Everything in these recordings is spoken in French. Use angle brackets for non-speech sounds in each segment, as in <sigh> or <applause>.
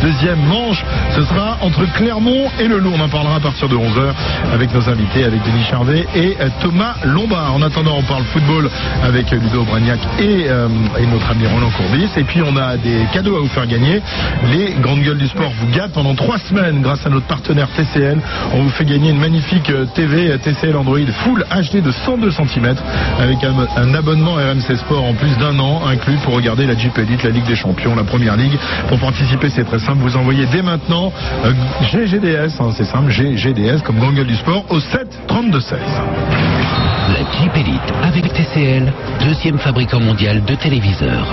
Deuxième manche, ce sera entre Clermont et Le Loup. On en parlera à partir de 11h avec nos invités, avec Denis Charvet et euh, Thomas Lombard. En attendant, on parle football avec euh, Ludo Bragnac et, euh, et notre ami Roland Courbis. Et puis, on a des cadeaux à vous faire gagner. Les grandes gueules du sport vous gâtent pendant trois semaines grâce à notre partenaire TCL. On vous fait gagner une magnifique euh, TV TCL Android Full HD de 102 cm avec un, un abonnement RMC Sport en plus d'un an inclus pour regarder la Jeep Elite, la Ligue des Champions, la Première Ligue. Pour participer, c'est très simple. Vous envoyez dès maintenant euh, GGDS, hein, c'est simple, GGDS comme Grande Gueule du Sport au 7 32 16. La Jeep Elite avec TCL, deuxième fabricant mondial de téléviseurs.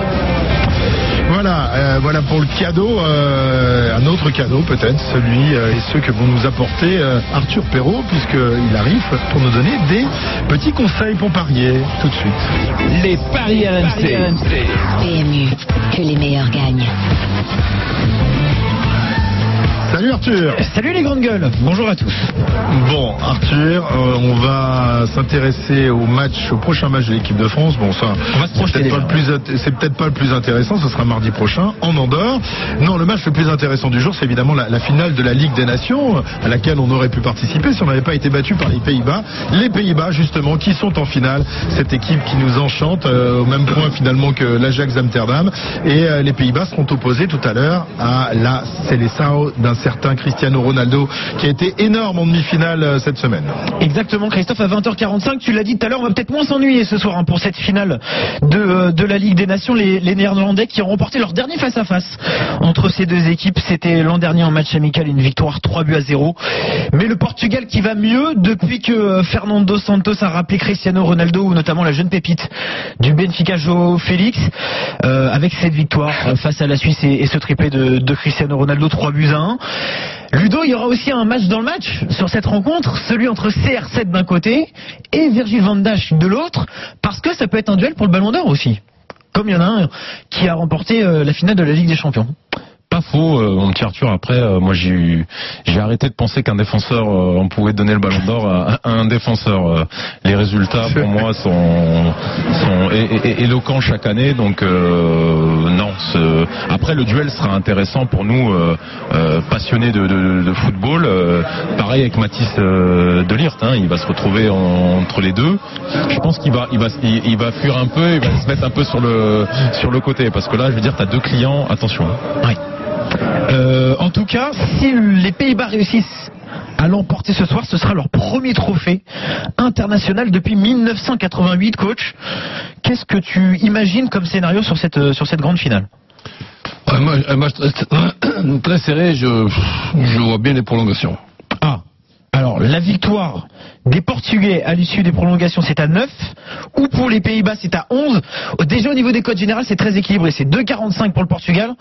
Voilà, euh, voilà pour le cadeau, euh, un autre cadeau peut-être, celui euh, et ceux que vont nous apporter euh, Arthur Perrault, puisqu'il arrive pour nous donner des petits conseils pour parier tout de suite. Les Paris RMC. PMU, que les meilleurs gagnent. Salut Arthur Salut les grandes gueules, bonjour à tous. Bon, Arthur, euh, on va s'intéresser au match, au prochain match de l'équipe de France. Bon, ça, On va se c'est projeter peut-être pas, le déjà, plus int- c'est peut-être pas le plus intéressant. Ce sera mardi prochain en Andorre. Non, le match le plus intéressant du jour, c'est évidemment la, la finale de la Ligue des Nations, à laquelle on aurait pu participer si on n'avait pas été battu par les Pays-Bas. Les Pays-Bas, justement, qui sont en finale. Cette équipe qui nous enchante, euh, au même point finalement que l'Ajax Amsterdam. Et euh, les Pays-Bas seront opposés tout à l'heure à la Seleção d'un certain Cristiano Ronaldo, qui a été énorme en demi-finale euh, cette semaine. Exactement, Christophe, à 20h45, tu l'as dit tout à l'heure, on va peut-être moins s'ennuyer ce soir hein, pour cette finale de, euh, de la Ligue des Nations. Les, les Néerlandais qui ont remporté leur dernier face-à-face entre ces deux équipes. C'était l'an dernier en match amical, une victoire 3 buts à 0. Mais le Portugal qui va mieux depuis que euh, Fernando Santos a rappelé Cristiano Ronaldo, ou notamment la jeune pépite du Benfica Joao Félix, euh, avec cette victoire euh, face à la Suisse et, et ce triplé de, de Cristiano Ronaldo, 3 buts à 1. Ludo, il y aura aussi un match dans le match sur cette rencontre, celui entre CR7 d'un côté et Virgil van Dijk de l'autre, parce que ça peut être un duel pour le Ballon d'Or aussi. Comme il y en a un qui a remporté euh, la finale de la Ligue des Champions. Pas faux, euh, mon petit Arthur. Après, euh, moi, j'ai eu- j'ai arrêté de penser qu'un défenseur, euh, on pouvait donner le ballon d'or à, à un défenseur. Euh, les résultats, pour moi, sont, sont é- é- é- éloquents chaque année. Donc, euh, non. ce- Après, le duel sera intéressant pour nous, euh, euh, passionnés de, de- de football. Euh, pareil avec Mathis euh, Delirte. hein, il va se retrouver en- entre les deux. Je pense qu'il va, il va, il, il va fuir un peu, il va se mettre un peu sur le, sur le côté. Parce que là, je veux dire, tu as deux clients. Attention. hein. Euh, en tout cas, si les Pays-Bas réussissent à l'emporter ce soir, ce sera leur premier trophée international depuis 1988, coach. Qu'est-ce que tu imagines comme scénario sur cette, euh, sur cette grande finale Un match, un match très, très serré, je, je vois bien les prolongations. Ah, alors la victoire des Portugais à l'issue des prolongations, c'est à 9, ou pour les Pays-Bas, c'est à 11. Déjà au niveau des codes générales, c'est très équilibré. C'est 2,45 pour le Portugal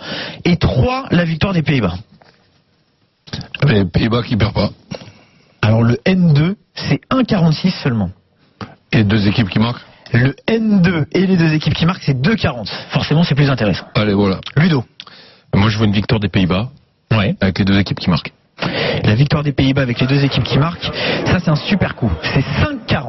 et 3 la victoire des Pays-Bas. Les Pays-Bas qui perdent pas. Alors le N2, c'est 1,46 seulement. Et deux équipes qui marquent. Le N2 et les deux équipes qui marquent, c'est 2,40. Forcément, c'est plus intéressant. Allez, voilà. Ludo. Moi, je vois une victoire des Pays-Bas Ouais. avec les deux équipes qui marquent. La victoire des Pays-Bas avec les deux équipes qui marquent, ça c'est un super coup. C'est 5,40.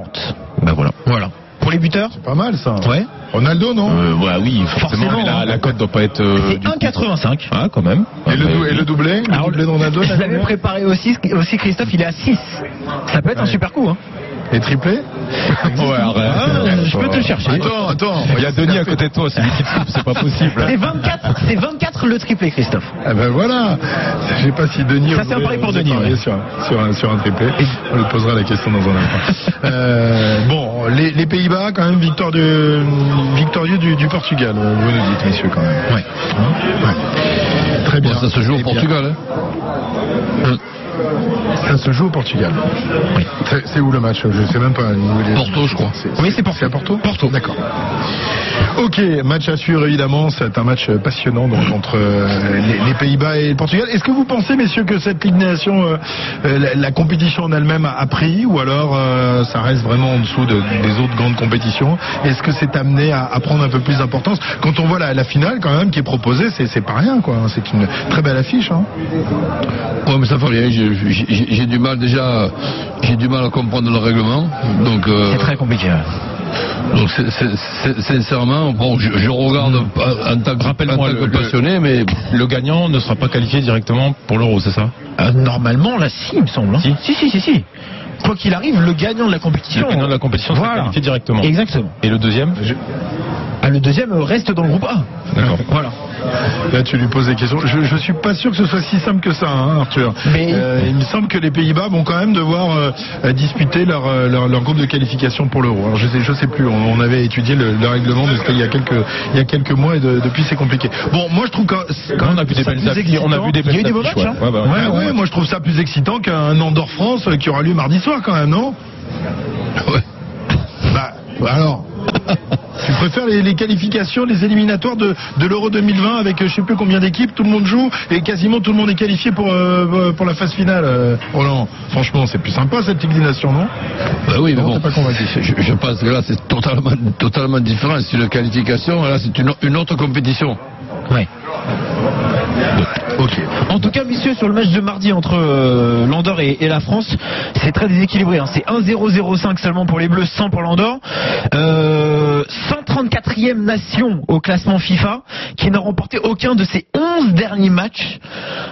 Ben voilà. Voilà. Pour les buteurs, Pas mal ça. Ouais. Ronaldo, non Euh, ouais, oui, forcément. Forcément, mais la, hein. la cote doit pas être. euh, c'est du coup- 1,85. Ah, quand même. Et le, Ouais, dou- ouais. et le doublé Ah, Le Alors, doublé de Ronaldo <laughs> Je t'as l'avais combien préparé aussi, aussi Christophe, il est à 6. Ça peut être un super coup. Hein. Et triplé Ouais, arrête. je peux te le chercher. Ah, Attends, attends. Il y a Denis à côté de toi, c'est lui qui te coupe, c'est <laughs> pas possible. C'est 24, c'est 24 le triplé, Christophe. Euh. Ah ben voilà Je sais pas si Denis... Ça, c'est un pari pour vous avez Denis, parié ouais. Sur, un- sur un, sur un triplé. On lui posera la question dans un <laughs> instant. Euh, bon, les, les Pays-Bas, quand même, victoire de, victorieux du, du Portugal, euh, vous nous dites, messieurs, quand même. Ouais. Très bien. Bon, ça se joue au Eh bien, Portugal. hein. Ça se joue au Portugal. C'est- C'est où le match Je sais même pas. Porto, je crois. Oui, c'est Porto. C'est à Porto Porto. D'accord. Ok, match à suivre évidemment, c'est un match passionnant donc, entre euh, les, les Pays-Bas et le Portugal. Est-ce que vous pensez messieurs que cette Ligue des Nations, euh, euh, la, la compétition en elle-même a, a pris ou alors euh, ça reste vraiment en dessous de- des autres grandes compétitions Est-ce que c'est amené à, à prendre un peu plus d'importance Quand on voit la, la finale quand même qui est proposée, c'est c'est pas rien quoi, c'est une très belle affiche. Hein. Ouais, mais ça fait rien. J'ai- J'ai j'ai du mal déjà. J'ai du mal à comprendre le règlement. Donc, euh, C'est très compliqué. hein. Donc, c'est- c'est- c'est- sincèrement, bon, je, je regarde en- en tant que, en Rappelle-moi tant que Mm. le- le- passionné, mais Le gagnant ne sera pas qualifié directement pour l'euro, c'est ça Euh, normalement, là, si, il me semble. hein. Si. si, si, si, si. Quoi qu'il arrive, le gagnant de la compétition. Le gagnant de la compétition sera voilà. qualifié directement. Exactement. Et le deuxième Euh, Ah, le deuxième euh, reste dans le groupe A. D'accord. Voilà. Là, tu lui poses des questions. Je, je suis pas sûr que ce soit si simple que ça, hein, Arthur. Mais- Euh, il me semble que les Pays-Bas vont quand même devoir euh, euh, disputer leur, euh, leur, leur groupe de qualification pour l'euro. Alors, je sais, je sais plus. On, on avait étudié le, le règlement de ce qu'il y a quelques, il y a quelques mois et de- depuis c'est compliqué. Bon, moi je trouve que quand On a vu des ça belles plus affiches. On a vu des excitant. Il belles y a eu des beaux affiches, matchs, ouais. hein. Ouais, bah, ouais. Ouais, ouais, moi je trouve ça plus excitant qu'un Andorre France euh, qui aura lieu mardi soir quand <laughs> même, non Ouais. Bah, bah <laughs> alors. tu préfères les, les qualifications, les éliminatoires de, de l'Euro 2020 avec euh, je sais plus combien d'équipes, tout le monde joue et quasiment tout le monde est qualifié pour, euh, pour la phase finale. euh, Roland, franchement, c'est plus sympa cette inclination, non Ben oui, mais Non, bon, t'es pas convaincu. Je, je pense que là, c'est totalement, totalement différent. C'est une qualification, là, c'est une, une autre compétition. Ouais. Ok. En tout cas, messieurs, sur le match de mardi entre euh, l'Andorre et, et la France, c'est très déséquilibré. hein. C'est 1-0-0-5 seulement pour les Bleus, 100 pour l'Andorre. Euh, 134e nation au classement FIFA, qui n'a remporté aucun de ses 11 derniers matchs.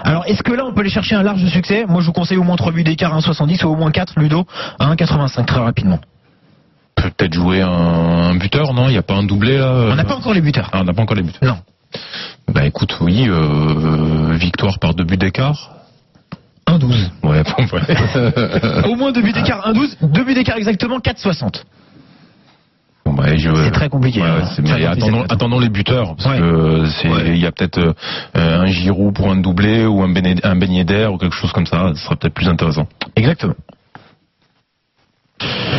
Alors, est-ce que là, on peut aller chercher un large succès Moi, je vous conseille au moins 3 buts d'écart à 1,70 ou au moins 4, Ludo, à 1,85 très rapidement. Peut-être jouer un, un buteur, non Il n'y a pas un doublé là euh, On n'a pas encore les buteurs. Ah, on n'a pas encore les buts. Non. Bah écoute, oui, euh, victoire par deux buts d'écart. 1,12. Ouais, <laughs> bon, ouais. Au moins 2 buts d'écart, 1,12. 2 buts d'écart exactement, 4,60. Bon, bah, je- C'est très compliqué, Ouais, hein. c'est- mais Très compliqué, attendons, cette attendons les buteurs, parce Ouais. que euh, c'est- il y a peut-être euh, un Giroud pour un doublé ou un Bené- un beignet d'air ou quelque chose comme ça. Ce sera peut-être plus intéressant. Exactement.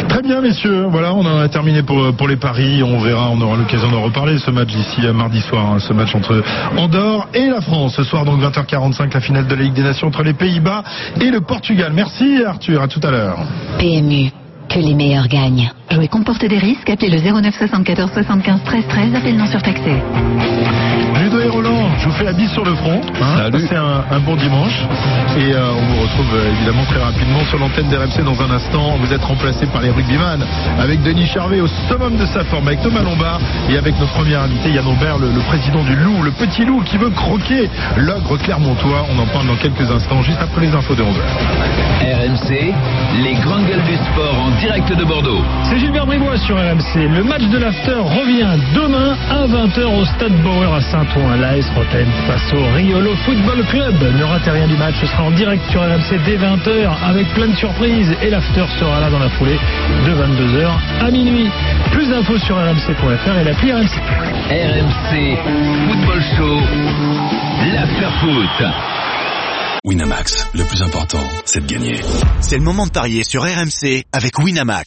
Très bien, messieurs. Voilà, on en a terminé pour, pour les paris. On verra, on aura l'occasion d'en reparler. Ce match d'ici à mardi soir, hein, ce match entre Andorre et la France. Ce soir, donc 20h45, la finale de la Ligue des Nations entre les Pays-Bas et le Portugal. Merci, Arthur. À tout à l'heure. PMU. Que les meilleurs gagnent. Jouer comporte des risques. Appelez le 09 74 75 13 13. Appel non surtaxé. Ludo et Roland, je vous fais la bise sur le front. hein. Salut. Passez un, un bon dimanche. Et euh, on vous retrouve euh, évidemment très rapidement sur l'antenne d'RMC dans un instant. Vous êtes remplacé par les rugbyman avec Denis Charvet au summum de sa forme, avec Thomas Lombard et avec notre premier invité Yann Aubert, le, le président du Loup, le petit loup qui veut croquer l'ogre Clermontois. On en parle dans quelques instants, juste après les infos de 11h. RMC, les grandes gueules du sport en direct de Bordeaux. C'est Gilbert Bribois sur RMC. Le match de l'after revient demain à 20h au Stade Bauer à Saint-Ouen. L'AS Rotten face au Riolo Football Club. Ne ratez rien du match. Ce sera en direct sur RMC dès 20h avec plein de surprises. Et l'after sera là dans la foulée de 22h à minuit. Plus d'infos sur rmc.fr et l'appli RMC. RMC, Football Show, l'after-foot. Winamax, le plus important, c'est de gagner. C'est le moment de parier sur RMC avec Winamax.